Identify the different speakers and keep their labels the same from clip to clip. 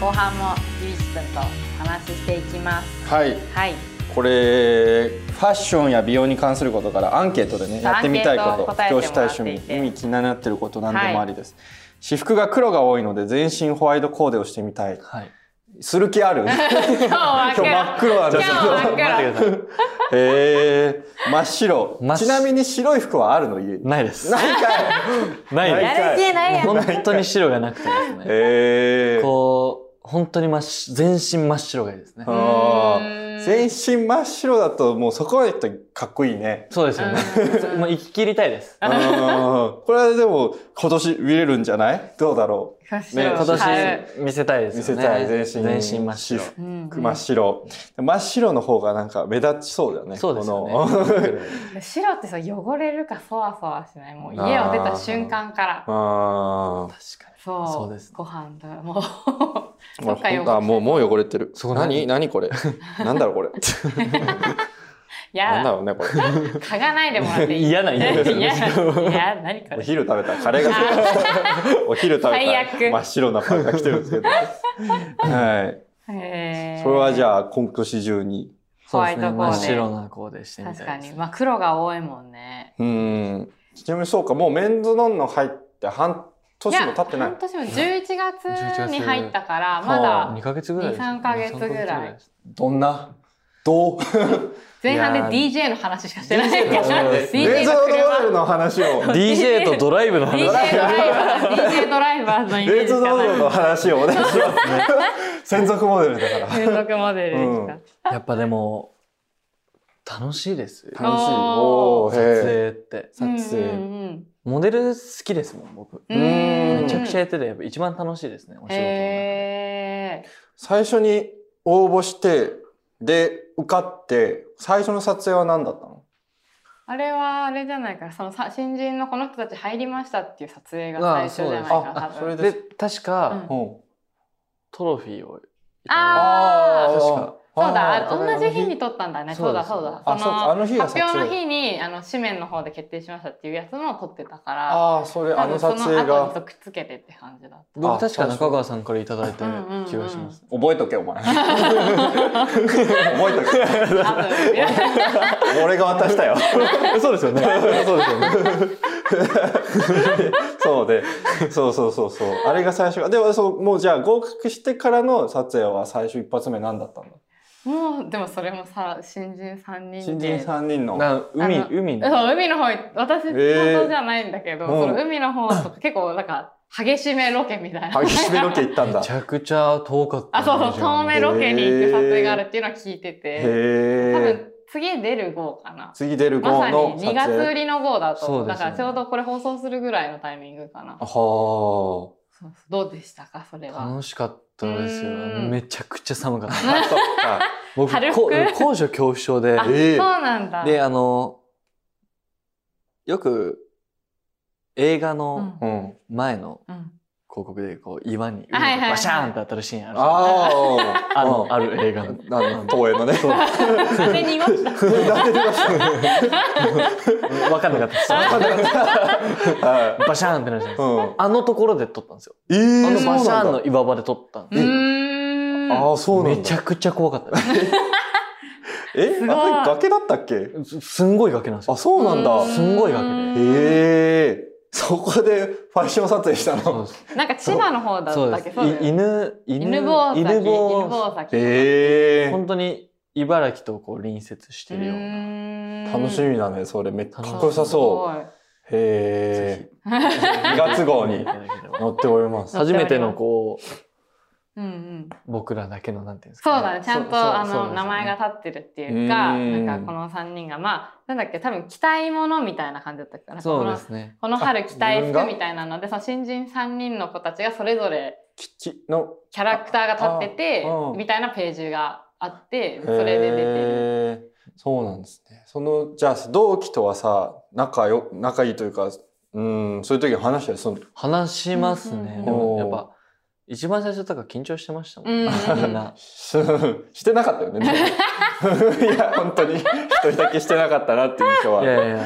Speaker 1: 後半もゆうじくんとお話ししていきます
Speaker 2: はい
Speaker 1: はい
Speaker 2: これファッションや美容に関することからアンケートで
Speaker 1: そ
Speaker 2: ね
Speaker 1: う
Speaker 2: やってみたい
Speaker 1: アンケート
Speaker 2: こと
Speaker 1: を答えてもら
Speaker 2: したい
Speaker 1: って
Speaker 2: 趣
Speaker 1: いて
Speaker 2: 味意味気になってること何でもありです、私服が黒が多いので全身ホワイトコーデをしてみたい
Speaker 3: はい。
Speaker 2: する 気ある
Speaker 1: 今日真
Speaker 2: 今日真っ黒なんですけ
Speaker 1: 今日真っ黒待って
Speaker 2: ど
Speaker 3: くださ
Speaker 2: へえ真っ白
Speaker 3: 真っ
Speaker 2: ちなみに白い服はあるの家に
Speaker 3: い。ないです。
Speaker 2: ないかい
Speaker 3: ないで
Speaker 1: やる気ないや
Speaker 3: す。
Speaker 1: ん
Speaker 3: 本当に白がなくてですね。
Speaker 2: へえ
Speaker 3: こう、本当に真っ白、全身真っ白がいいですね。
Speaker 2: あ
Speaker 1: う
Speaker 2: ー
Speaker 1: ん
Speaker 2: 全身真っ白だともうそこまでいったらかっこいいね
Speaker 3: そうですよね。
Speaker 1: うん
Speaker 3: もう生き切りたいです。
Speaker 2: うんこれはでも今年見れるんじゃないどうだろね
Speaker 3: 今
Speaker 1: はい
Speaker 3: 年見せたいです
Speaker 2: う見せ
Speaker 3: よね。
Speaker 2: たい全身
Speaker 3: 全身真っ白。
Speaker 2: 私
Speaker 1: う
Speaker 2: 服
Speaker 1: んうん
Speaker 2: 真っ白真っ白の方がなんか目立ちそうだよね
Speaker 3: そうですよ
Speaker 2: こ の
Speaker 3: ね。
Speaker 1: 白ってさ汚れるかそわそわしないもう家を出た瞬間から
Speaker 2: あー
Speaker 3: 確かに。
Speaker 1: そう
Speaker 3: そうです
Speaker 1: ご飯だ もうそっか
Speaker 2: ほんとあ
Speaker 1: 汚
Speaker 2: もうもう汚れてる
Speaker 3: そこ
Speaker 2: 何
Speaker 3: 何
Speaker 2: 何 これなんだろうこれ
Speaker 1: れや
Speaker 2: なんだ
Speaker 1: だ
Speaker 2: ろうねこれ
Speaker 1: 嗅がないでもらっていい
Speaker 3: 嫌な色ですよ
Speaker 1: いや
Speaker 3: ね。
Speaker 1: いや何こ
Speaker 2: お
Speaker 1: れ
Speaker 2: 昼食べたカレーがお昼食べた
Speaker 1: 最悪
Speaker 2: 真っ白なパンが来てるんで すけどはい
Speaker 1: へー
Speaker 2: それはじゃあ今年中に
Speaker 1: ホ
Speaker 3: そう
Speaker 1: ワ
Speaker 3: で
Speaker 1: イ
Speaker 3: す
Speaker 1: ト
Speaker 3: ね。
Speaker 1: コ
Speaker 3: 真っ
Speaker 1: ー
Speaker 3: 白なコーデして
Speaker 1: デ
Speaker 3: みたい
Speaker 1: 確か
Speaker 3: です
Speaker 1: にまあ黒が多いもんね
Speaker 2: うんちなみにそうかもうメンズノンノ入って半年も経ってない
Speaker 1: 半年も11
Speaker 3: 11
Speaker 1: 月
Speaker 3: 月
Speaker 1: に入ったからま
Speaker 2: はあ
Speaker 1: だ
Speaker 3: 2ヶ月ぐらいですね。
Speaker 1: 2 3ヶ月ぐらい
Speaker 3: 2 3ヶ月
Speaker 2: どんなどう
Speaker 1: 前半で
Speaker 3: い
Speaker 1: DJ の話しかしてないから
Speaker 3: DJ
Speaker 2: 冷
Speaker 1: DJ
Speaker 2: 蔵
Speaker 1: の
Speaker 2: ド
Speaker 1: 車
Speaker 2: ライブの話を
Speaker 3: DJ とドライブの
Speaker 1: DJ ド
Speaker 3: 話。
Speaker 1: ライバー DJ ドライバー のイメー
Speaker 2: 冷
Speaker 1: ジし
Speaker 2: 蔵
Speaker 1: か
Speaker 2: ド
Speaker 1: ない
Speaker 2: ライブの話をお願いしますね専属モデルだから
Speaker 1: 専属モデルですか、
Speaker 3: やっぱでも、楽しいですよ。
Speaker 2: 楽しい
Speaker 1: おー
Speaker 2: おお
Speaker 3: 撮
Speaker 2: へえ
Speaker 3: 影って。
Speaker 2: 撮影
Speaker 1: うんうん
Speaker 3: モデル好きですもん、僕。
Speaker 1: うんうん、
Speaker 3: めちゃくちゃ
Speaker 1: ゃ
Speaker 3: やってて、やっぱ一番楽しいですね、お仕事の中で。
Speaker 1: え
Speaker 2: 最初に応募してで受かって最初の撮影は何だったの
Speaker 1: ー、あれはあれじゃないからそのさ新人のこの人たち入りましたっていう撮影が最初じゃないかな
Speaker 3: あ
Speaker 1: 多
Speaker 2: それ
Speaker 1: 分
Speaker 2: で
Speaker 3: で、
Speaker 2: す
Speaker 3: 確
Speaker 1: うん
Speaker 3: か、
Speaker 2: うん
Speaker 3: トロフィーを。
Speaker 1: あー
Speaker 3: 確か
Speaker 1: そうだ
Speaker 2: あー
Speaker 1: 同じ日に撮ったんだねそ
Speaker 3: そううで
Speaker 1: だ
Speaker 3: す
Speaker 1: そうだ
Speaker 2: あ
Speaker 1: の
Speaker 2: そうかあの日が撮
Speaker 1: 発
Speaker 2: 影
Speaker 1: 表の日にあの紙面の方で決定しましたっていうやつも撮ってたから
Speaker 2: ああそれ
Speaker 1: 多
Speaker 2: あの
Speaker 1: 分
Speaker 2: 撮
Speaker 1: その
Speaker 2: 影
Speaker 1: 後に
Speaker 2: が
Speaker 1: とくっつけてって感じだった
Speaker 3: 僕確
Speaker 2: そうそ
Speaker 3: か
Speaker 2: う
Speaker 3: 中川さんからいただいた気がします。
Speaker 2: 覚えとけお前覚えとけ
Speaker 1: 多分
Speaker 2: 俺が渡したよ
Speaker 3: そうですよね。そうですよね。
Speaker 2: そうでそうそうそうそうあれが最初がでもそうもうじゃあ合格してからの撮影は最初一発目何だったんだ
Speaker 1: もうでもそれもさ新人3人で
Speaker 2: 新人3人の
Speaker 3: な海、
Speaker 1: あの
Speaker 3: 海の。
Speaker 1: そう海の方行私
Speaker 2: え
Speaker 1: 担
Speaker 2: ー
Speaker 1: 当じゃないんだけど、
Speaker 2: うん
Speaker 1: その海の方とか結構なんか激しめロケみたいな
Speaker 2: 激しめロケ行ったんだ
Speaker 3: めちゃくちゃ遠かった
Speaker 1: あ
Speaker 3: イ
Speaker 1: そう
Speaker 3: メ
Speaker 1: そう
Speaker 3: ージがあ
Speaker 1: 遠
Speaker 3: る。
Speaker 1: 目ロケに行く撮影があるっていうのは聞いてて、多
Speaker 2: へえ
Speaker 1: 分次出る号かな
Speaker 2: 次出る
Speaker 1: ま
Speaker 2: 号
Speaker 1: さに
Speaker 2: の撮
Speaker 1: 2月売
Speaker 2: 影
Speaker 1: りの号だと、
Speaker 3: そう
Speaker 1: だ
Speaker 3: です
Speaker 1: か
Speaker 3: ね
Speaker 1: らちょうどこれ放送するぐらいのタイミングかな
Speaker 2: はあ
Speaker 1: そうそうどうでしたかそれは
Speaker 3: 楽しかったですよ
Speaker 1: うん。
Speaker 3: めちゃくちゃ寒 かった。
Speaker 2: あそっか
Speaker 3: 僕、
Speaker 1: 春服
Speaker 3: こ高所恐怖症で
Speaker 1: あ、、
Speaker 2: えー
Speaker 1: そうなんだ
Speaker 3: で、あの、よく映画の
Speaker 2: うん
Speaker 3: 前の
Speaker 1: うん
Speaker 3: 広告で、こう、岩に、
Speaker 1: はいはいはい
Speaker 3: バシャーンって当たるシーンあるじゃん
Speaker 2: ああ
Speaker 3: あの、ある映画 の。
Speaker 2: あの東映の ね
Speaker 1: 完全にいま した
Speaker 2: なんで出まし た
Speaker 3: わかんなかったです。
Speaker 2: は
Speaker 3: バシャーンってなるじゃな
Speaker 2: い
Speaker 3: いですか。
Speaker 2: うん
Speaker 3: あのところで撮ったんですよ。
Speaker 2: え
Speaker 3: あ
Speaker 2: ー
Speaker 3: のバ
Speaker 2: そう
Speaker 3: シャ
Speaker 2: な
Speaker 3: ーン
Speaker 2: ん
Speaker 3: の
Speaker 2: だ
Speaker 3: 岩場で撮ったん
Speaker 1: う
Speaker 3: で。
Speaker 1: ーん
Speaker 2: ああそうなんだ
Speaker 3: めちゃくちゃ怖かったで
Speaker 2: え
Speaker 1: すごい
Speaker 2: あの時崖だったっけ
Speaker 3: す。すんごい崖なんです
Speaker 2: あ
Speaker 3: よ。
Speaker 2: そうなんだ
Speaker 1: う
Speaker 3: すんごい額で
Speaker 2: へえそこでファッション撮影した
Speaker 3: そう
Speaker 2: の
Speaker 3: です。
Speaker 1: なんか千葉の方だ
Speaker 3: そ
Speaker 1: っ
Speaker 3: う
Speaker 1: たっ
Speaker 3: で
Speaker 1: け
Speaker 3: す
Speaker 1: そうだよ
Speaker 3: い
Speaker 1: ね
Speaker 3: 犬、犬、
Speaker 1: 犬吠埼犬
Speaker 3: 犬吠
Speaker 1: 吠埼
Speaker 2: へえ
Speaker 3: 本当に茨城とこう隣接してるような。
Speaker 2: 楽し
Speaker 1: み
Speaker 2: みだねそれめっちゃ
Speaker 3: 楽し
Speaker 2: か
Speaker 3: み
Speaker 2: っこよさそうへえ2月 号に載っております
Speaker 3: 初めてのこう
Speaker 1: う。うんうん、
Speaker 3: 僕らだけのなんていうんです
Speaker 1: そう
Speaker 3: か、
Speaker 1: だねちゃんと
Speaker 3: そうそう
Speaker 1: あ
Speaker 3: そうなんですよ
Speaker 1: の
Speaker 3: ね
Speaker 1: 名前が立ってるっていうか
Speaker 2: うん
Speaker 1: なんかこの3人がまあなんだっけ多分着たいものみたいな感じだったから
Speaker 3: そ
Speaker 1: こ
Speaker 3: うで
Speaker 1: の
Speaker 3: すね
Speaker 1: この春着たい
Speaker 2: 自分が
Speaker 1: 服みたいなのでその新人3人の子たちがそれぞれ
Speaker 2: きちの
Speaker 1: キャラクターが立ってて
Speaker 2: あうん
Speaker 1: みたいなページがあってそれで出てる。
Speaker 2: へーそうなんですねそのじゃあ同期とはさ仲よ仲いいというかうんそういう時は話したりするの
Speaker 3: 話しますね、
Speaker 1: うん
Speaker 3: で
Speaker 2: お
Speaker 3: も
Speaker 2: ー
Speaker 3: やっぱ一番最初とか緊張してましたもん、
Speaker 1: うん
Speaker 3: みんな
Speaker 2: し してなかったよね。でも いや、本当に、一人だけしてなかったなっていう印象
Speaker 3: いや
Speaker 2: は、
Speaker 3: いやいや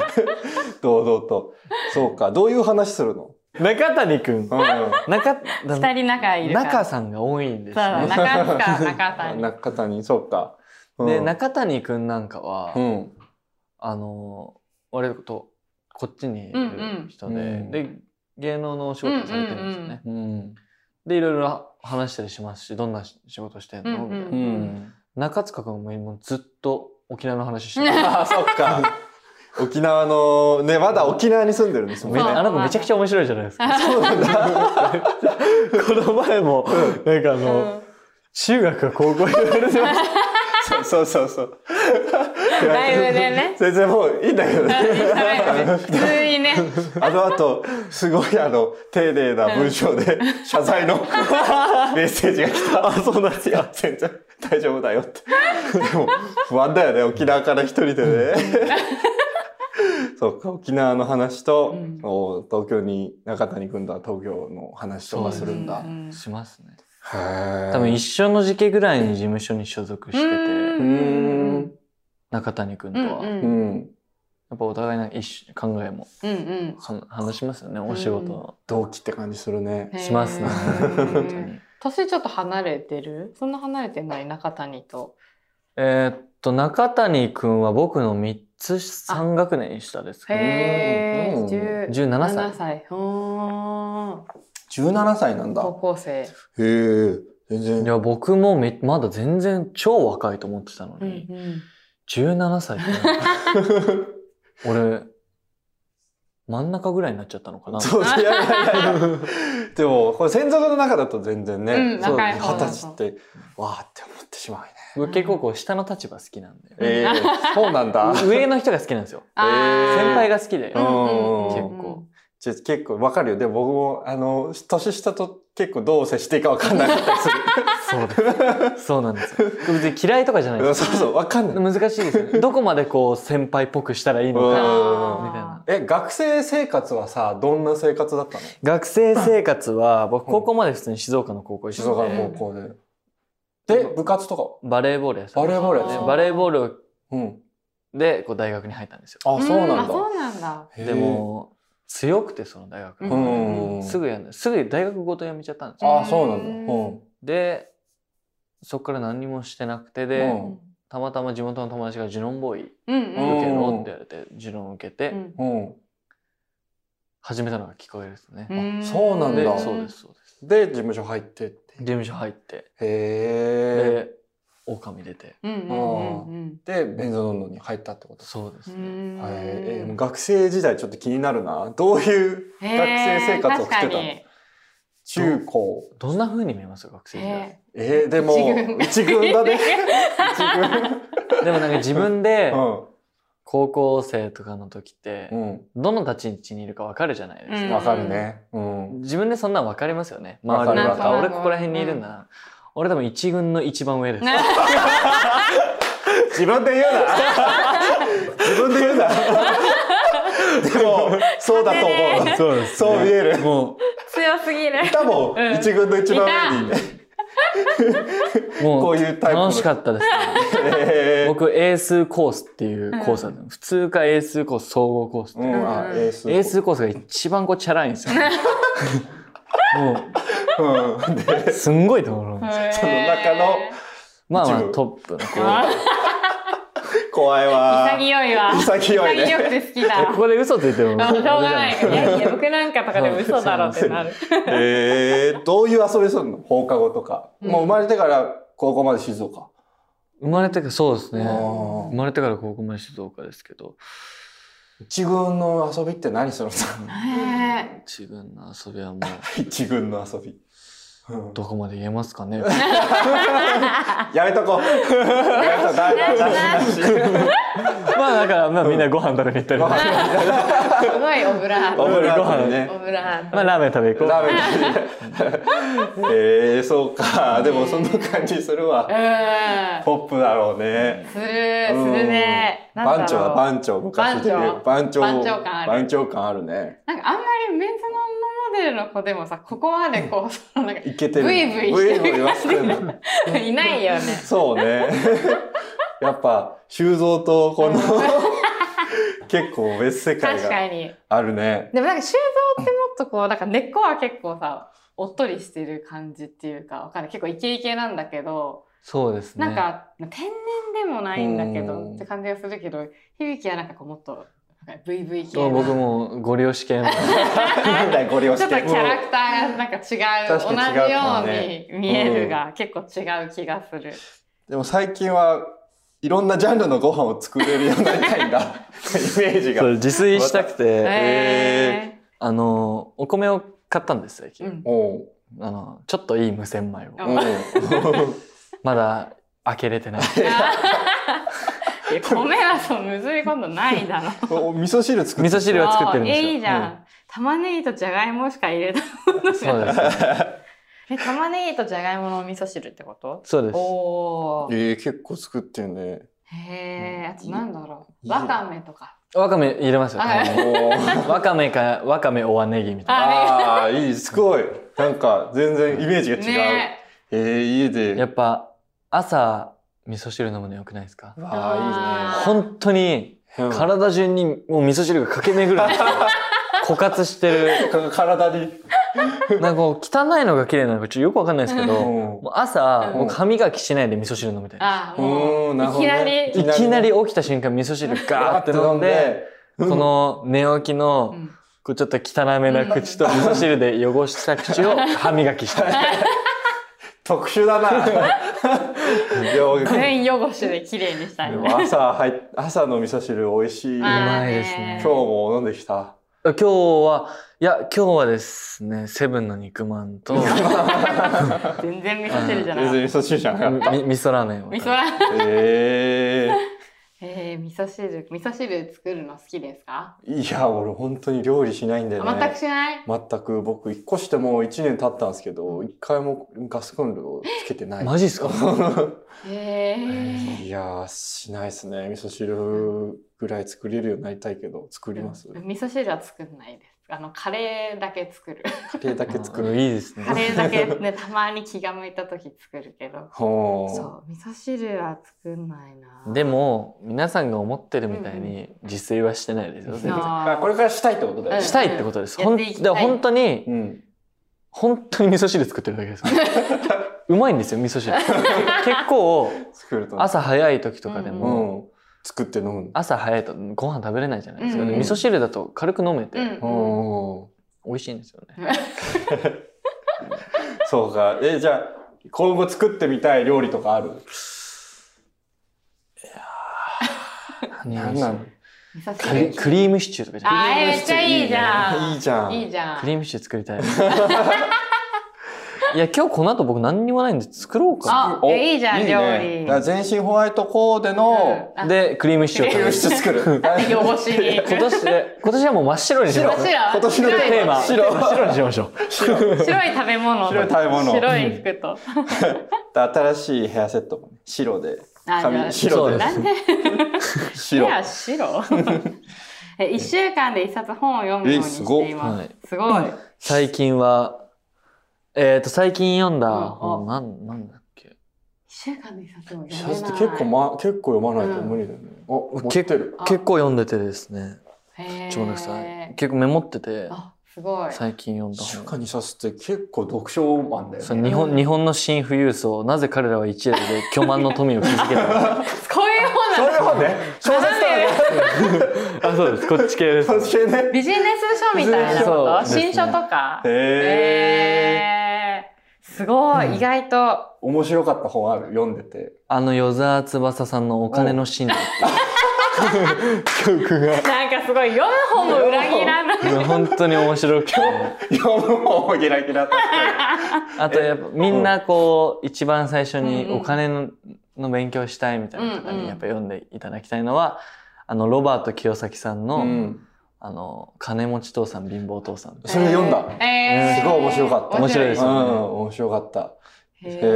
Speaker 2: 堂々と。そうか、どういう話するの
Speaker 3: 中谷くん。
Speaker 2: う
Speaker 3: 中、
Speaker 1: 二人仲いるから
Speaker 3: 中さんが多いんです
Speaker 1: そう
Speaker 3: ね
Speaker 1: だ中塚中
Speaker 2: ん。
Speaker 1: 谷
Speaker 2: 中谷、そうか。うん
Speaker 3: で、中谷くんなんかは、
Speaker 2: うん。
Speaker 3: あの、俺とこっちにい
Speaker 1: うんう
Speaker 3: る
Speaker 1: ん
Speaker 3: 人で、
Speaker 2: うん
Speaker 3: で、芸能のお仕事をされてるんですよね。
Speaker 1: うんうんうん
Speaker 2: うん。
Speaker 3: で、いろいろ話したりしますし、どんな仕事してんのみた
Speaker 1: う
Speaker 3: いな。
Speaker 1: ん
Speaker 2: うん。
Speaker 3: 中塚くんも今ずっと沖縄の話してる。
Speaker 2: ああ、そっか。沖縄の、ね、まだ沖縄に住んでるんですもん
Speaker 3: め
Speaker 2: ね。
Speaker 1: そう
Speaker 3: あなためちゃくちゃ面白いじゃないです か。
Speaker 2: そうなんだ。
Speaker 3: この前も、なんかあ
Speaker 1: う
Speaker 3: の、
Speaker 1: ん
Speaker 3: 中学か高校に言われてまし
Speaker 2: そうそうそうそう。
Speaker 1: ライブでね
Speaker 2: 全然もういいんだけどね。
Speaker 1: 普通にね
Speaker 2: あの後、すごいあの、丁寧な文章で、謝罪のメッセージが来た。あ、そうなんですよ。全然大丈夫だよって。でも、不安だよね。沖縄から一人でね。 そうか、沖縄の話と、
Speaker 1: うん
Speaker 2: お東京に中谷君とは東京の話とかするんだ。
Speaker 1: う
Speaker 2: へ
Speaker 1: ん
Speaker 3: た。しますね。
Speaker 2: ー
Speaker 3: 多分一緒の時期ぐらいに事務所に所属して
Speaker 1: う
Speaker 3: て、
Speaker 1: ん
Speaker 3: 中谷くん
Speaker 1: う
Speaker 3: と
Speaker 1: ん
Speaker 3: は。やっ
Speaker 2: うん。
Speaker 3: ぱお互いの一緒考えも
Speaker 1: うんうん
Speaker 3: は話しますよね、お仕事は。
Speaker 2: 同期って感じするね。
Speaker 1: うん
Speaker 3: しますね
Speaker 1: へ
Speaker 3: 本当
Speaker 1: ー
Speaker 3: に。
Speaker 1: 年ちょっと離れてるそんな離れてない中谷と
Speaker 3: えーっと、中谷くんは僕の3つ3学年下ですけど、
Speaker 1: へ
Speaker 2: うん
Speaker 1: え
Speaker 3: 17歳
Speaker 1: 歳歳うーん
Speaker 2: 17歳なんだ。
Speaker 1: 高校生
Speaker 2: へえ、全
Speaker 3: い
Speaker 2: 然。
Speaker 3: や、僕もめ、まだ全然超若いと思ってたの
Speaker 1: うん
Speaker 3: に、17歳って俺、真ん中ぐらいになっちゃったのかな。
Speaker 2: そう、いやいやいや。でも、これ専属の中だと全然ね、
Speaker 1: うん
Speaker 2: そう
Speaker 1: 仲
Speaker 3: い
Speaker 2: 二
Speaker 3: い方
Speaker 2: 十
Speaker 3: だと
Speaker 2: 歳って、わーって思ってしまうね。
Speaker 3: 僕結構こう下の立場好きなんで。
Speaker 2: ええそうなんだ。
Speaker 3: 上の人が好きなんですよ。
Speaker 2: えー
Speaker 3: 先輩
Speaker 1: が
Speaker 3: が好きで。
Speaker 2: うん
Speaker 3: 結構
Speaker 2: ちょ結構わかるよ。でも僕も、あの、年下と結構どう接していいかわかんなかったりす
Speaker 3: そうです。そうなんですよ。別に嫌いとかじゃない
Speaker 2: る。
Speaker 3: です
Speaker 2: そうそう、わかんない。
Speaker 3: 難しいですよ ね。どこまでこう先輩っぽくしたらいいの
Speaker 2: うん
Speaker 3: か。
Speaker 2: あ
Speaker 3: ーみたいな
Speaker 2: え、学生生活はさ、どんな生活だったの
Speaker 3: 学生生活は、僕高校まで普通に静岡の高校一
Speaker 2: 静
Speaker 3: 緒
Speaker 2: 岡
Speaker 3: で、
Speaker 2: の高校で。で、部活とかは
Speaker 3: バレーボールやってたんですよ
Speaker 2: バレーボール
Speaker 1: やってた
Speaker 3: ねバレーボール
Speaker 2: うん。
Speaker 3: でこう大学に入ったんですよ。
Speaker 2: あ、そうなん
Speaker 1: あそ
Speaker 2: だ。
Speaker 1: うなんだ
Speaker 2: へー
Speaker 3: で、も強くてその大学
Speaker 2: う
Speaker 1: うん
Speaker 3: が、
Speaker 2: ん。
Speaker 3: すぐやんないすぐ大学ごと辞めちゃったんですよ。
Speaker 2: あ、そうなんだ。うん。
Speaker 3: でそこから何もしてなくてで、
Speaker 2: う
Speaker 1: うんん
Speaker 3: たまたま地元の友達がジュノンボーイ受
Speaker 1: うん
Speaker 3: け
Speaker 1: うん
Speaker 3: ろって言われてジュノン受けて
Speaker 1: うん
Speaker 2: うん。
Speaker 3: 始めたのが聞こえるですね。
Speaker 1: うん
Speaker 2: そうなん
Speaker 3: で
Speaker 2: だ
Speaker 3: そうですそうです。
Speaker 2: で、事務所入ってって。
Speaker 3: 事務所入って
Speaker 2: へ
Speaker 3: で狼出て
Speaker 1: うんうんうん
Speaker 2: え。で、ベンゾノンノに入ったってこと
Speaker 3: そうです
Speaker 1: う
Speaker 3: ね。
Speaker 1: ん
Speaker 2: はいえーもう学生時代ちょっと気になるな。どういう
Speaker 1: 学
Speaker 2: 学生生活をしてたの中高。
Speaker 3: どんな風に見えます学生時代。
Speaker 2: えー、でも、一
Speaker 1: 一軍
Speaker 2: 軍だね。
Speaker 3: でもなんか自分で
Speaker 2: 一軍。
Speaker 3: 高校生とかの時って
Speaker 2: うん。
Speaker 3: どの立ち位置にいるかわかるじゃないです
Speaker 2: うん。。
Speaker 3: か
Speaker 2: わかるね。うん。
Speaker 3: 自分でそんなん分かりますよね
Speaker 2: わ
Speaker 3: 周
Speaker 2: かる
Speaker 3: りの
Speaker 2: わか
Speaker 3: あ
Speaker 2: る
Speaker 3: 俺ここら辺にいるんだな、俺多分一軍の一番上です、
Speaker 2: 自分で言うな。自分で言うな。でも、そうだと思う。
Speaker 3: そうです
Speaker 2: そう見える。
Speaker 3: も
Speaker 1: 強すぎる
Speaker 2: いた
Speaker 1: う
Speaker 2: も
Speaker 1: ん
Speaker 2: ん、一軍の一番上に。
Speaker 3: うもう
Speaker 2: こういうタイプの
Speaker 3: 楽しかったです、ね、
Speaker 2: えー
Speaker 3: 僕英数コースっていうコースだったの普通か英数コース総合コースって
Speaker 2: う
Speaker 3: いう、
Speaker 2: ん、あ、エース。
Speaker 3: 英数コースが一番こうチャラいんですよも
Speaker 2: うん。で、
Speaker 3: うすんごいところ
Speaker 1: へー
Speaker 2: その中の
Speaker 3: まあまあ
Speaker 2: 一部
Speaker 3: トップのこ
Speaker 1: あ
Speaker 2: 怖いわ。
Speaker 1: 潔いわ
Speaker 2: 潔いね
Speaker 1: 潔くて好きだ
Speaker 3: うここで嘘ついてる
Speaker 1: あ
Speaker 3: もん
Speaker 1: しょうがないい やいや僕なんかとかでも嘘だろってなる
Speaker 2: えー、どういう遊びするの放課後とか。
Speaker 1: うん
Speaker 2: もう生まれてから高校まで静岡。
Speaker 3: 生まれてからそうですね
Speaker 2: あ
Speaker 3: 生
Speaker 2: ー
Speaker 3: まれてから高校まで静岡ですけど
Speaker 2: 一軍の遊びって何するの
Speaker 1: へ
Speaker 3: 自分の遊びは もう
Speaker 2: 一軍の遊び。うん
Speaker 3: どこまで言えますか ね
Speaker 2: やめとこう。やめとこう。だだだ
Speaker 3: まあだから、まあ、みんなご飯食べに行ったりとか
Speaker 1: ーすごいオブラー
Speaker 2: オ
Speaker 1: ト
Speaker 2: ブラートにね。
Speaker 1: オブラート
Speaker 3: まあラーメン食べに行こ
Speaker 2: ラ
Speaker 3: う
Speaker 2: ーメン。 えー、そうか。でもその感じするわ。
Speaker 1: うん
Speaker 2: ポップだろうね。
Speaker 1: するするね
Speaker 2: うん
Speaker 1: なんだろう
Speaker 2: 番長は番長。昔で言う番長。
Speaker 1: 番長感ある
Speaker 2: 番長感あるね。
Speaker 1: なんかあんまりメンズノンノモデルの子でもさここまでこうそのなんか
Speaker 2: いけてる。
Speaker 1: ブイブイ
Speaker 2: ブ
Speaker 1: してる
Speaker 2: イブイはしてるの。
Speaker 1: いないよね。
Speaker 2: そうね。やっぱ、修造とこの、結構別世界
Speaker 1: 確
Speaker 2: が
Speaker 1: かに。
Speaker 2: あるね。
Speaker 1: でもなんか修造ってもっとこう、なんか根っこは結構さ、おっとりしてる感じっていうか、わかんない。結構イケイケなんだけど、
Speaker 3: そうですね。
Speaker 1: なんか天然でもないんだけ
Speaker 3: う
Speaker 1: ど
Speaker 3: ん
Speaker 1: って感じがするけど、響きはなんかこうもっと、なんか VV 系
Speaker 3: そう僕
Speaker 1: な。
Speaker 3: もご利用試験の
Speaker 2: なんだよ、ご利用
Speaker 1: ちょ
Speaker 2: し
Speaker 1: っと
Speaker 2: て。
Speaker 1: キャラクターがなんか違う、
Speaker 2: 確
Speaker 1: 同
Speaker 2: かに違うかも
Speaker 1: じ
Speaker 2: ね
Speaker 1: ように見えるが、結構違う気がする。
Speaker 2: でも最近はいろんなジャンルのご飯を作れるようになりたいんだ。イメージ
Speaker 3: そ
Speaker 2: が。
Speaker 3: う自炊したくて、
Speaker 1: え
Speaker 3: あの、お米を買ったんです、最
Speaker 1: ーう
Speaker 3: 近。
Speaker 1: ん。
Speaker 2: おう
Speaker 3: あの、ちょっといい無洗米を。
Speaker 1: あ
Speaker 2: おう
Speaker 3: まだ開けれ てない。
Speaker 1: いや米はそうむずいことないだろ。
Speaker 2: お味噌汁作
Speaker 3: 味
Speaker 2: って
Speaker 3: 噌汁は作ってるんです
Speaker 1: あ
Speaker 3: よ。
Speaker 1: ーいいじゃん。玉ねぎとじゃがいもしか入れたもの
Speaker 3: うんそう
Speaker 1: が。
Speaker 3: です。
Speaker 1: え、玉ねぎとじゃがいものお味噌汁ってこと
Speaker 3: そうです。
Speaker 1: おー。
Speaker 2: えー、結構作ってる ね。
Speaker 1: へー、あとなんだろ。
Speaker 2: いうい
Speaker 1: わかめとか。
Speaker 3: わかめ入れますよ。
Speaker 1: はい
Speaker 3: たまに
Speaker 2: おー
Speaker 3: わかめか、わかめおわねぎみたい
Speaker 2: ああ、いい、すごい。なんか、全然イメージが違う。
Speaker 1: ね
Speaker 2: えー、家で。
Speaker 3: な。やっぱ、朝、味噌汁飲むのよくないですか
Speaker 2: わあ、
Speaker 3: 本当に、
Speaker 2: いいね。
Speaker 3: 体中にもう味噌汁が駆け巡 るんですよ。枯渇してる。
Speaker 2: 体体に。
Speaker 3: なんかこう汚いのが綺麗なのかちょっとよくわかんないですけど、も
Speaker 2: う
Speaker 3: う朝、
Speaker 1: うん
Speaker 3: もう歯磨きしないで味噌汁飲みたいな。
Speaker 1: あー、も
Speaker 2: う
Speaker 1: う、
Speaker 2: んなる
Speaker 1: い
Speaker 2: ほど
Speaker 1: きな
Speaker 2: ね
Speaker 1: り。
Speaker 3: いきなり起きた瞬間味噌汁ガーって飲んで、、こ
Speaker 2: うん
Speaker 3: の寝起きの、
Speaker 1: うん
Speaker 3: こうちょっと汚めな口と味噌汁で汚した口を歯磨きしたい。
Speaker 2: 特殊 だな。いや僕で
Speaker 1: 全汚しで綺麗にしたい。
Speaker 2: も朝入っ、朝の味噌汁美味しい。今
Speaker 3: あ
Speaker 2: 日
Speaker 3: うまいですね
Speaker 1: あー
Speaker 3: ー
Speaker 2: も飲んできた。
Speaker 3: 今日は、いや、今日はですね、セブンの肉まん と、み
Speaker 1: 全然味噌汁じゃ
Speaker 2: 全
Speaker 1: ない。
Speaker 2: 然味噌汁じゃなかっ
Speaker 3: 味噌ラーメンを。
Speaker 1: 味噌ラーメン。
Speaker 2: た。え
Speaker 1: えー、味噌汁、味噌汁作るの好きですか
Speaker 2: ー。いや、俺本当に料理しないんだよね。
Speaker 1: 全くしない
Speaker 2: 全く僕一個してもう1年経ったんですけど一回もガスコンロをつけてない
Speaker 3: マジっすか
Speaker 1: へえ
Speaker 2: いやーしないですね味噌汁ぐらい作れるようになりたいけど作ります
Speaker 1: 味噌汁は作んないですあのカレーだけ作 る
Speaker 2: カレーだけ作る
Speaker 3: うんいいですね。
Speaker 1: カレーだけねたまに気が向いた時作るけど
Speaker 2: ほう
Speaker 1: そう味噌汁は作んないな
Speaker 3: でも、皆さんが思ってるみたいに自炊はしてないですよ、全然。
Speaker 1: あ
Speaker 2: あ
Speaker 1: ー
Speaker 2: これからしたいってことだよ
Speaker 1: うん
Speaker 2: ね
Speaker 3: したいってことです。
Speaker 1: うん
Speaker 3: ほん
Speaker 1: やっていきたい
Speaker 3: で本当に、
Speaker 2: うん
Speaker 3: 本当に味噌汁作ってる だけです。うまいんですよ、味噌汁。結構、
Speaker 2: 作ると
Speaker 3: 朝早い時とかで
Speaker 2: う
Speaker 3: も、
Speaker 2: ん作って飲む
Speaker 3: 朝早いとご飯食べれないじゃないですか、
Speaker 1: うん
Speaker 3: で味噌汁だと軽く飲めて、
Speaker 1: うん
Speaker 2: ほう
Speaker 3: 美味しいんですよね
Speaker 2: そうかえじゃあ今後作ってみたい料理とかある何なの
Speaker 1: 味噌
Speaker 3: クリ
Speaker 1: 汁
Speaker 3: クリームシチューとかじゃない
Speaker 1: あーめっちゃいいじゃん
Speaker 2: いいじゃん
Speaker 1: いいじゃ
Speaker 3: ク
Speaker 1: ん
Speaker 3: リームシチュー作りたいいや今日この後僕何にもないんで作ろうか
Speaker 1: あえいいじゃん
Speaker 2: ね
Speaker 1: 料
Speaker 2: だ
Speaker 1: 理
Speaker 2: から全身ホワイトコーデの
Speaker 1: あ
Speaker 3: でクリームシチューを食べ
Speaker 2: 教
Speaker 3: る
Speaker 2: 室作る 今
Speaker 1: 汚し に
Speaker 3: 今年で今年はもう真っ白にしま
Speaker 1: 白
Speaker 3: す
Speaker 2: 今年の
Speaker 1: 白い
Speaker 3: テーマ
Speaker 2: 白
Speaker 3: 真っ白にしましょう
Speaker 1: 白い食べ物
Speaker 2: 白い食べ物
Speaker 1: 白い服と
Speaker 2: 新しいヘアセットもね白で
Speaker 1: あじゃ
Speaker 2: 髪
Speaker 1: あ
Speaker 2: 白で
Speaker 1: なんでい
Speaker 2: 白
Speaker 1: や白 え一週間で一冊本を読むようにしていま
Speaker 3: え
Speaker 1: す。すごい。
Speaker 3: 最近はえっ、と最近読んだ
Speaker 1: うん
Speaker 3: 本なんなんだっけ
Speaker 1: 一週間で一冊本
Speaker 2: シ
Speaker 1: 読
Speaker 2: ャ
Speaker 1: め
Speaker 2: ツ
Speaker 1: な
Speaker 2: っ
Speaker 1: い。
Speaker 2: て結構ま結構読まないと無理だよね。あ持ってる。
Speaker 1: あ
Speaker 3: 結構読んでてですね
Speaker 1: へー
Speaker 3: ちょっと待ってください結構メモってて
Speaker 1: あすごい。
Speaker 3: 最近読んだ
Speaker 2: 一週
Speaker 3: 本
Speaker 2: 間にシャツって結構読書マンだよ
Speaker 3: そ
Speaker 2: ね。
Speaker 3: う日本日本の新富裕層なぜ彼らは一夜で巨万の富を築けたのか
Speaker 1: こういう本な
Speaker 2: そ
Speaker 1: の。
Speaker 2: ういう本ね。小説とかね。
Speaker 3: あそうですこっち系で
Speaker 2: 小説系ね。
Speaker 1: ビジネス書みたいなこ
Speaker 3: そう
Speaker 1: と。
Speaker 3: ですね
Speaker 1: 新書とか。
Speaker 2: へえ。
Speaker 1: へーすごい意外と。
Speaker 2: 面白かった本ある読んでて。
Speaker 3: あの与沢翼さんのお金の心理っていう曲が
Speaker 1: なんかすごい読む本も裏切らない。
Speaker 3: 本当に面白くて
Speaker 2: 読む本もギラギラだっ
Speaker 3: あとやっぱみんなこう一番最初に
Speaker 1: うんうん
Speaker 3: お金のの勉強したいみたいな方
Speaker 1: うんうん
Speaker 3: にやっぱ読んでいただきたいのはあのロバート清崎さん
Speaker 2: た。
Speaker 3: の,、
Speaker 2: うん。
Speaker 3: あの金持ち父さん貧乏父さん
Speaker 2: それ読んだ
Speaker 1: えー
Speaker 2: すごい面白かった
Speaker 3: 面白いです
Speaker 2: うん
Speaker 3: よね
Speaker 2: 面白かった。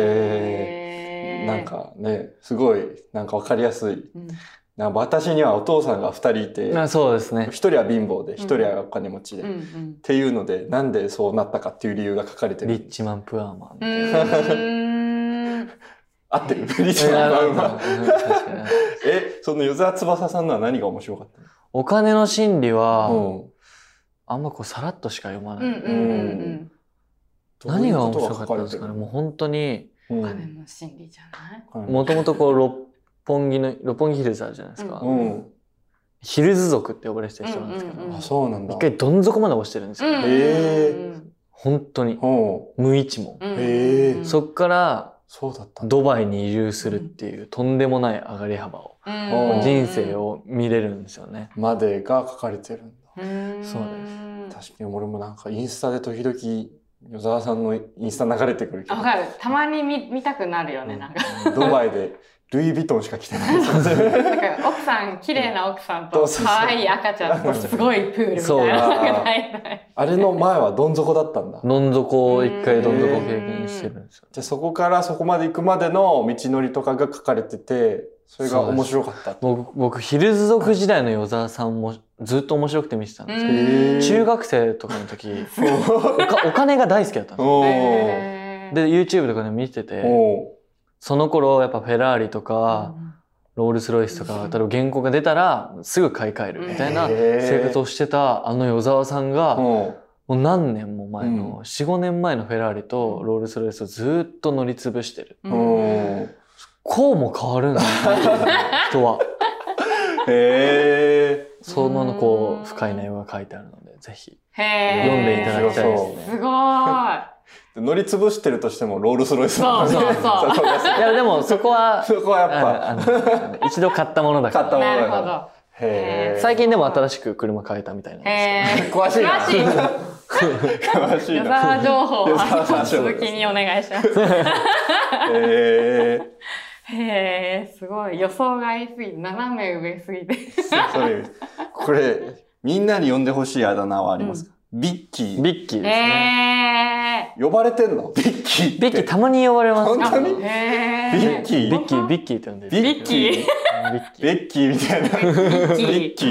Speaker 1: へー
Speaker 2: なん。かねすごいなんかわかりやすい。
Speaker 1: うん
Speaker 2: なんか私にはお父さんが二人いて
Speaker 3: あそうですね
Speaker 2: 一人は貧乏で一人はお金持ちで。
Speaker 1: うん
Speaker 2: っ
Speaker 1: うん。
Speaker 2: ていうのでなんでそうなったかっていう理由が書かれてる
Speaker 3: リッチマンプアーマン
Speaker 1: うーん。
Speaker 2: 合ってるリッチ
Speaker 3: うん
Speaker 2: マンバウマー
Speaker 3: 確かに
Speaker 2: えその与沢翼さんのは何が面白かったの
Speaker 3: お金の心理は、
Speaker 2: うん
Speaker 3: あんまこうさらっとしか読ま
Speaker 1: う
Speaker 3: ない。
Speaker 1: んうんうん
Speaker 3: 何が面白かったんですかねもう本当に、
Speaker 1: う
Speaker 2: う
Speaker 1: ん。
Speaker 2: ん
Speaker 1: お金の心理じゃない
Speaker 3: もともとこう、六本木の、六本木ヒルズあるじゃないですか。
Speaker 2: うん。
Speaker 3: ヒルズ族って呼ばれてる人なんですけ
Speaker 1: うんうんう
Speaker 3: ど
Speaker 1: ん、
Speaker 2: あ、そうなんだ。
Speaker 3: 一回どん底まで落ちてるんですよ。
Speaker 1: うんうんうん
Speaker 2: へー
Speaker 1: うん
Speaker 3: 本当に。
Speaker 2: うん。
Speaker 3: 無一文。
Speaker 1: うんうんうん
Speaker 2: へー
Speaker 3: そっから、
Speaker 2: そうだったんだ。
Speaker 3: ドバイに移住するっていう、とんでもない上がり幅を、
Speaker 1: うん
Speaker 2: うん
Speaker 3: 人生を見れるんですよね。
Speaker 2: までが書かれてるんだ。
Speaker 1: うん
Speaker 3: そう
Speaker 2: 確かに俺もなんかインスタで時々与沢さんのインスタ流れてくるけ
Speaker 1: あ
Speaker 2: ど
Speaker 1: わかるたまに見見たくなるよねなんか
Speaker 2: うんドバイでルイ・ヴィトンしか着てない
Speaker 1: な んか奥さん綺麗な奥さん
Speaker 2: そ
Speaker 1: と
Speaker 2: うそうそう
Speaker 1: 可愛い赤ちゃんとすごいプールみたい
Speaker 3: そう
Speaker 1: な
Speaker 2: だ
Speaker 1: なんかないない
Speaker 2: あれの前はどん底だったんだじ
Speaker 3: どん底を一回どん底を経験してるんですよ。
Speaker 2: ゃあそこからそこまで行くまでの道のりとかが書かれててそれが面白かった
Speaker 3: 僕、僕、ヒルズ族時代の与沢さんもずっと面白くて見てたんですけ
Speaker 2: へ
Speaker 3: ど、
Speaker 2: ー
Speaker 3: 中学生とかの時、
Speaker 2: お
Speaker 3: おかお金が大好きだったんですよ。
Speaker 2: お
Speaker 1: へー
Speaker 3: で、YouTube とかで見てて、
Speaker 2: お
Speaker 3: その頃、やっぱフェラーリとか、ロールスロイスと
Speaker 1: う
Speaker 3: か、
Speaker 1: ん
Speaker 3: 例えば原稿が出たら、すぐ買い替えるみたいな
Speaker 2: へー
Speaker 3: 生活をしてた、あの与沢さんが、も
Speaker 2: お
Speaker 3: う何年も前
Speaker 2: う
Speaker 3: の、4、5年前のフェラーリとロールスロイスをずっと乗り潰してる。
Speaker 1: うん
Speaker 2: お
Speaker 3: こうも変わるんだな人 は。
Speaker 2: へえ
Speaker 3: そののこう、深い内容が書いてあるので、ぜひ。
Speaker 1: へー
Speaker 3: 読んでいただきたいです
Speaker 1: す
Speaker 3: ね。
Speaker 1: ごーい
Speaker 2: 乗り潰してるとしてもロールスロイスなんだね
Speaker 1: そうそうそう
Speaker 2: そこがす
Speaker 3: いや、でもそこ は、
Speaker 2: そこはやっぱ
Speaker 3: あのあの一度買ったものだか
Speaker 2: 買ったも
Speaker 1: な
Speaker 3: ら。
Speaker 1: る
Speaker 2: のだ
Speaker 1: ほ
Speaker 2: から
Speaker 1: ど
Speaker 2: へえ
Speaker 3: 最近でも新しく車買えたみたいなんで
Speaker 1: へー
Speaker 2: 詳しいな詳しい
Speaker 1: 矢
Speaker 2: な
Speaker 1: 沢情報
Speaker 2: 矢沢情報
Speaker 1: は
Speaker 2: です
Speaker 1: 続きにお願いします。
Speaker 2: ええ
Speaker 1: へえ、すごい。予想外すぎて、斜め上すぎて。
Speaker 2: それこれみんなに呼んでほしいあだ名はありますか、ビッキー
Speaker 3: すけど。ビッキー
Speaker 1: へ
Speaker 3: ですね。
Speaker 1: え。
Speaker 2: 呼ばれてんのビッキーって
Speaker 3: ビッキーたまに呼ばれます
Speaker 2: 本当に
Speaker 1: へえ。
Speaker 2: ビッキー
Speaker 3: ビッキー、ビッキーって呼んでる。
Speaker 2: ビッキー
Speaker 3: ビッキ
Speaker 2: ビ
Speaker 3: ー。
Speaker 2: ッキーみたいな
Speaker 1: ビッキー。
Speaker 2: ビ
Speaker 1: ビッキ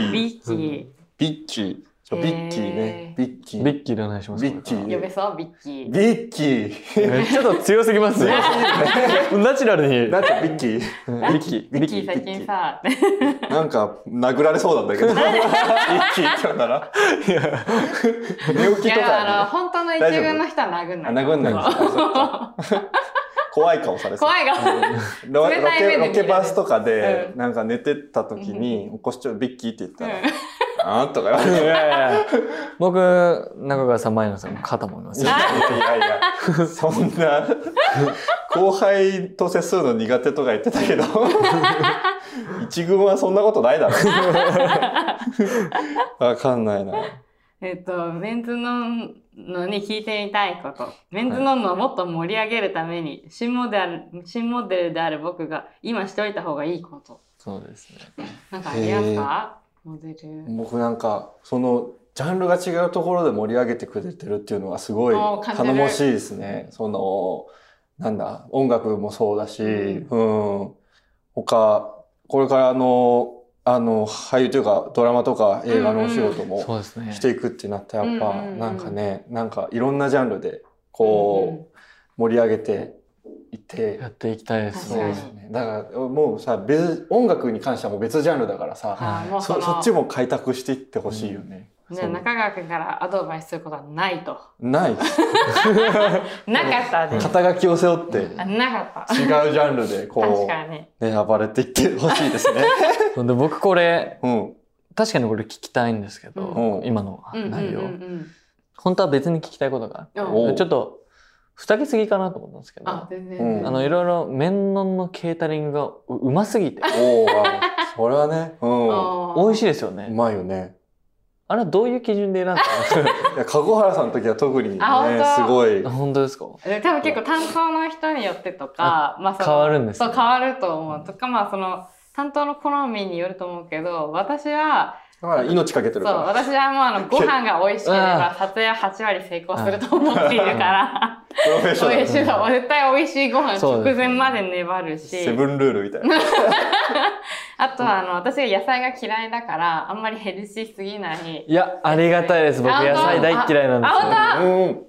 Speaker 2: ビッキーそうビッキーねビッキー
Speaker 3: ビ
Speaker 2: ビ
Speaker 3: ッキーでお願いします。
Speaker 2: ッキ
Speaker 1: ー。呼
Speaker 2: ー
Speaker 1: べそうビッキー。
Speaker 2: ビッキー
Speaker 3: えちょっと強すぎますね。ナチュラルに。
Speaker 2: なんかビッキー
Speaker 3: ビッキー。ビ
Speaker 1: ビッ
Speaker 3: ッ
Speaker 1: キー最近さ、
Speaker 2: なんか殴られそうなんだけどビッキーって呼んだら
Speaker 1: い
Speaker 2: 寝起きと
Speaker 1: や、あの、
Speaker 2: か
Speaker 1: 本当の一軍の人は殴ん
Speaker 2: に
Speaker 1: な
Speaker 2: あ
Speaker 1: い。
Speaker 2: 殴んないんだ
Speaker 1: そう
Speaker 2: そっか怖い顔されそう
Speaker 1: 怖いが。
Speaker 2: ロ
Speaker 1: 冷
Speaker 2: ロ
Speaker 1: たい目で
Speaker 2: ケ
Speaker 1: 見られる
Speaker 2: ロケバスとかで
Speaker 1: う
Speaker 2: なんか寝てた時に起こしちゃうビッキーって言ったら「あん?」とか言われて
Speaker 3: いやいや 僕、中川さん、前野さんの肩もいま
Speaker 2: い
Speaker 3: すよ。
Speaker 2: やいやいや、そんな、後輩と接するの苦手とか言ってた けど、一軍はそんなことないだろ。 わかんないな。
Speaker 1: えっと、メンズノンのに聞いてみたいこと。メンズノンのをもっと盛り上げるために、新モデル、新モデルである僕が今しておいた方がいいこと。
Speaker 3: そうですね。
Speaker 1: なんかありますかモデル。
Speaker 2: 僕なんか、その、ジャンルが違うところで盛り上げてくれてるっていうのはすごい
Speaker 1: おー感じる
Speaker 2: 頼もしいですね。その、なんだ、音楽もそうだし、うん。他、これからあの、あの、俳優というかドラマとか映画のお仕事も
Speaker 3: そうですね
Speaker 2: し。ていくってなったらやっぱ
Speaker 1: うんうんうん
Speaker 2: なんかねなんかいろんなジャンルでこう盛り上げていて
Speaker 3: やっていきたいです
Speaker 2: そう
Speaker 1: 確か
Speaker 3: ね
Speaker 2: で
Speaker 1: に。
Speaker 2: すねだからもうさ別音楽に関してはもう別ジャンルだからさ
Speaker 1: あーもう
Speaker 2: そ
Speaker 1: の
Speaker 2: そっちも開拓していってほしいよね。
Speaker 1: ね、
Speaker 2: そう
Speaker 1: 中川君からアドバイスすることはないと。
Speaker 2: ない
Speaker 1: なかったです。
Speaker 2: 肩書きを背負って違う
Speaker 1: あなかった。
Speaker 2: ジャンルで
Speaker 1: 確
Speaker 2: こ
Speaker 1: かに。
Speaker 2: うね暴れていってほしいです ね。
Speaker 3: ほんで僕これ、
Speaker 2: うん
Speaker 3: 確かにこれ聞きたいんですけど、
Speaker 2: うん
Speaker 3: 今の
Speaker 1: うん
Speaker 3: 内容、
Speaker 1: うんうんうん
Speaker 3: 本当は別に聞きたいことがあ
Speaker 2: お
Speaker 3: る
Speaker 2: う
Speaker 3: ちょっとふたけすぎかなと思ったんですけど
Speaker 1: あ
Speaker 3: あ、
Speaker 1: 全
Speaker 2: う
Speaker 1: 然。
Speaker 2: ん
Speaker 3: のいろいろ麺ののケータリングがううますぎて
Speaker 2: おーあそれはねう
Speaker 1: お
Speaker 3: 美
Speaker 1: ー
Speaker 3: 味しいですよ
Speaker 2: んう
Speaker 3: ね、
Speaker 2: まいよね。
Speaker 3: あれはどういう基準で選ん だ
Speaker 2: いや籠原さんの時は特にね
Speaker 1: あ本当
Speaker 2: すごい
Speaker 3: の本当ですか
Speaker 1: で多分結構担当の人によってとか、まあその
Speaker 3: 変わるんですね
Speaker 1: そう、変わると思う。とか、まあその、担当の好みによると思うけど、私は、
Speaker 2: だから命かけて
Speaker 1: そう、
Speaker 2: るから。
Speaker 1: 私はもうあ の、ご飯が美味しければ、撮影は8割成功すると思っているから、
Speaker 2: プロフェッショナ
Speaker 1: 美
Speaker 2: ル
Speaker 1: 味しい、そう絶対美味しいご飯
Speaker 3: そう
Speaker 1: 直
Speaker 3: ですね
Speaker 1: 前まで粘るし。
Speaker 2: セブンルールみたいな。
Speaker 1: あとは、あの、私が野菜が嫌いだから、あんまりヘルシーすぎない
Speaker 3: いやありがたいです僕
Speaker 1: あ本当
Speaker 3: 野菜大っ嫌いな ん
Speaker 1: あ
Speaker 2: うん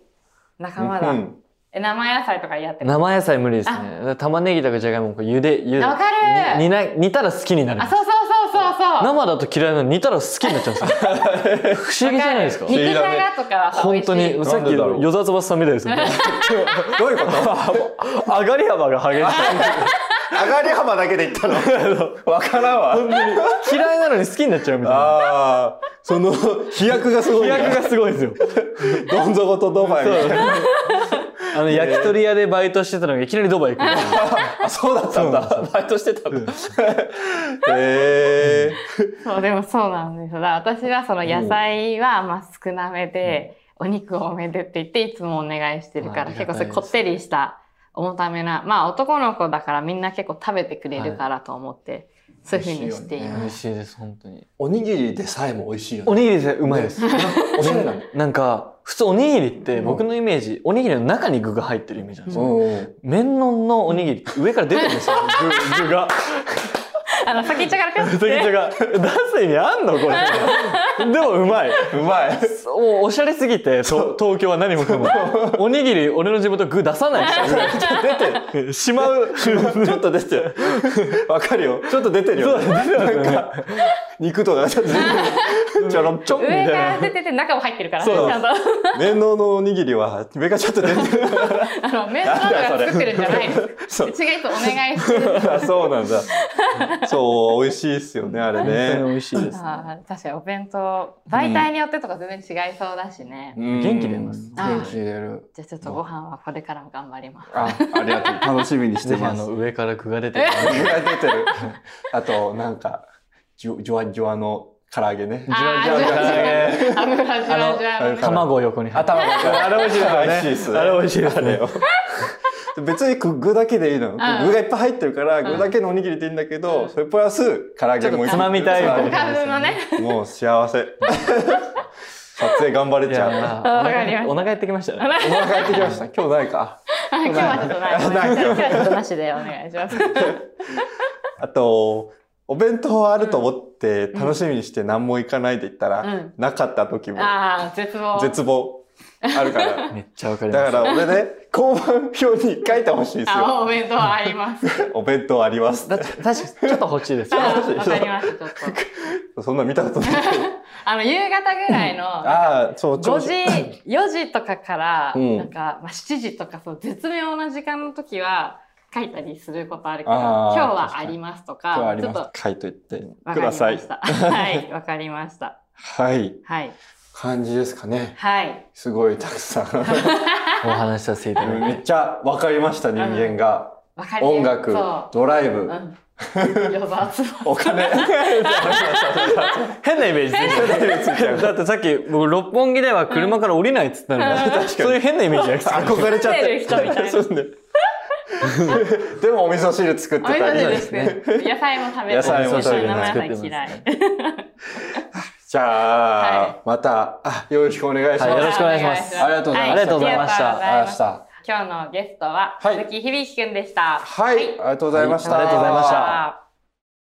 Speaker 1: 仲間だ。
Speaker 2: うん
Speaker 1: え、生野菜とかやって
Speaker 3: ですよ
Speaker 1: る。
Speaker 3: 生野菜無理ですねだから玉ねぎとかじゃがいもをこう茹で茹で
Speaker 1: わかる
Speaker 3: に煮な煮たら好きになる
Speaker 1: あ、そうそうそうそうそう
Speaker 3: 生だと嫌いなのに煮たら好きになっちゃう んですよ。不思議じゃないですか
Speaker 1: わ。る肉じゃがとかはさ
Speaker 3: 本当
Speaker 1: 美味し
Speaker 3: に、
Speaker 1: い
Speaker 3: さっきの与沢翼さんみた いですよね。
Speaker 2: どういうこと
Speaker 3: 上がり幅が 激し
Speaker 2: 上がり幅だけで言ったのわからんわ。
Speaker 3: い。嫌いなのに好きになっちゃうみたい な。
Speaker 2: ああ、その飛躍がすごい
Speaker 3: 飛
Speaker 2: な。
Speaker 3: 躍がすごいですよ。
Speaker 2: どん底とドバイみたいな。
Speaker 3: あの、焼き鳥屋でバイトしてたのがいきなりドバイ行く。
Speaker 2: あ、そうだったん
Speaker 3: そ
Speaker 2: だ。バイトしてたんだ。 へえ。
Speaker 1: そうでもそうなんですよだから私はその野菜はまあ少なめで、お肉多めでって言っていつもお願いしてるから、
Speaker 3: まああ
Speaker 1: 結
Speaker 3: りが
Speaker 1: 構
Speaker 3: た
Speaker 1: そ
Speaker 3: いです
Speaker 1: れこってりした重ためなまあ男の子だからみんな結構食べてくれるからと思って、そういうふうにしてい
Speaker 2: 美味しい
Speaker 1: ます。
Speaker 2: よね
Speaker 3: 美味しいです、本当に。
Speaker 2: おにぎりでさえも美味しいよ
Speaker 3: お
Speaker 2: ね。
Speaker 3: にぎりですねうまいです。
Speaker 2: おしゃれなの。
Speaker 3: なんか、普通おにぎりって
Speaker 2: うん
Speaker 3: 僕のイメージ、おにぎりの中に具が入ってるイメージなんですよ。
Speaker 2: うん。
Speaker 3: 麺ののおにぎりって上から出てるんですよ、具具が。
Speaker 1: あの先っちょからピョンっ
Speaker 3: めちゃくち
Speaker 1: て
Speaker 3: ゃが。出す意味あんのこれ。でもうまい。
Speaker 2: うまい。
Speaker 3: もうおしゃれすぎて、と東京は何もかも。おにぎり、俺の地元具出さない
Speaker 2: 出
Speaker 3: し。しま う。
Speaker 2: てる。ちょっと出てる。わかるよ。ちょっと出てるよね。なんか、肉とかちょっと出てる。ちょろんちょんみた
Speaker 1: 上
Speaker 2: い
Speaker 1: か
Speaker 2: な
Speaker 1: ら。出てて中も入ってるからち
Speaker 2: そう
Speaker 1: ゃんと
Speaker 2: 面倒のおにぎりは上がちょっと出てる。
Speaker 1: あのメンバーとか作ってるんじゃないです
Speaker 2: そう
Speaker 1: うちがいつもお願いしてる
Speaker 2: あそうなんだ。そう、美味しいっすよね、あれ
Speaker 3: 本当に
Speaker 2: ね。
Speaker 3: 美味しいです。
Speaker 1: あー確かにお弁当媒体によってとか全然違いそうだしね、
Speaker 3: 元気出ます
Speaker 1: あ
Speaker 2: 元気出る。
Speaker 1: じゃあちょっとご飯はこれからも頑張ります
Speaker 2: あ、ありがとう。楽しみにし
Speaker 3: ぜ
Speaker 2: て
Speaker 3: ひあ
Speaker 2: ます。
Speaker 3: の上から具が出てる。
Speaker 2: 具が出てる。 あと、なんか、ジュジュワジュワの唐揚げね。
Speaker 1: あー
Speaker 3: じわじわじわじわ
Speaker 1: じわ油じわじわ
Speaker 2: あの
Speaker 1: ね
Speaker 3: 卵を横に入って。
Speaker 2: 頭が。あれ美味しいですよね。
Speaker 3: あれ美味しいですね。
Speaker 2: 別に具具だけでいいのよ。具
Speaker 1: ん
Speaker 2: がいっぱい入ってるから、具だけのおにぎりでいいんだけど、それプラス、唐揚げも
Speaker 3: ちょっとつまみたいみたいな
Speaker 1: 株のね
Speaker 2: もう幸 せ。撮影頑張れ
Speaker 3: い
Speaker 2: ちゃう。
Speaker 3: や
Speaker 1: わかりまし
Speaker 3: ーお
Speaker 1: た
Speaker 3: 腹減ってきましたね。
Speaker 2: お腹減ってきました。今日ないか。
Speaker 1: あ今日はちょっとない今
Speaker 2: ない
Speaker 1: 日はちょっとなしでお願いします
Speaker 2: あと、お弁当はあると思って楽しみにして何も行かないで行ったら、
Speaker 1: うん
Speaker 2: なかった時も
Speaker 1: ああ絶望
Speaker 2: 絶望あるから。
Speaker 3: めっちゃわかりま
Speaker 2: だ
Speaker 3: す。
Speaker 2: から俺 ね、交番表に書いてほしいんです
Speaker 1: あ
Speaker 2: よ。
Speaker 1: お弁当はあります
Speaker 2: お弁当あります。
Speaker 3: だって確かにちょっと欲しいです
Speaker 1: あ
Speaker 3: よ。
Speaker 1: ーわかりましたちょっと
Speaker 2: そんな見たこと ない。
Speaker 1: あの夕方ぐらいの
Speaker 2: ああ、そう、
Speaker 1: 5
Speaker 2: 長
Speaker 1: 時
Speaker 2: 寿
Speaker 1: 4時とかから
Speaker 2: うん
Speaker 1: なんか、まあ、7時とかそう絶妙な時間の時は書いたりすることあるけど今
Speaker 2: あー
Speaker 1: 日はありますと
Speaker 2: 今日
Speaker 1: か
Speaker 2: あり
Speaker 1: ちょっ
Speaker 2: ま
Speaker 1: と
Speaker 2: す。書いといて
Speaker 1: わか
Speaker 2: く
Speaker 1: りま
Speaker 2: ださい
Speaker 1: し。たはいわかりました
Speaker 2: はい。
Speaker 1: はい
Speaker 2: 感じですかね。
Speaker 1: はい
Speaker 2: すごいたくさん。
Speaker 3: お話しさせていただいて。
Speaker 2: めっちゃわかりました、人間が。
Speaker 1: わかり
Speaker 2: 音楽
Speaker 1: そ、
Speaker 2: ドライブ
Speaker 1: う、うん呼ばず
Speaker 2: お金。
Speaker 3: 変なイメージですよ。だってさっき僕六本木では車から降りないっつったの
Speaker 2: うん確か
Speaker 3: に、
Speaker 2: に
Speaker 3: そういう変なイメージが来てる。
Speaker 2: 憧れちゃって
Speaker 1: 住んでる人みたいな
Speaker 2: 住んでる でもお味噌汁作って
Speaker 1: お味
Speaker 2: た
Speaker 1: 噌汁
Speaker 2: り
Speaker 1: ですね。野菜も食べて
Speaker 2: 野菜
Speaker 3: も食べて
Speaker 1: 生野菜嫌い。
Speaker 2: じゃあ、
Speaker 1: は
Speaker 2: またあよろしくお願いします、
Speaker 3: はいよろしくお願いします
Speaker 2: ありがとうございます
Speaker 3: ありがとうございました
Speaker 1: はありがとうございまし
Speaker 2: ありがとうございました
Speaker 1: た。今日のゲストは
Speaker 2: はい
Speaker 1: 鈴木響くんでした。
Speaker 2: はい、ありがとうございました、
Speaker 3: はいありがとうございました
Speaker 1: た。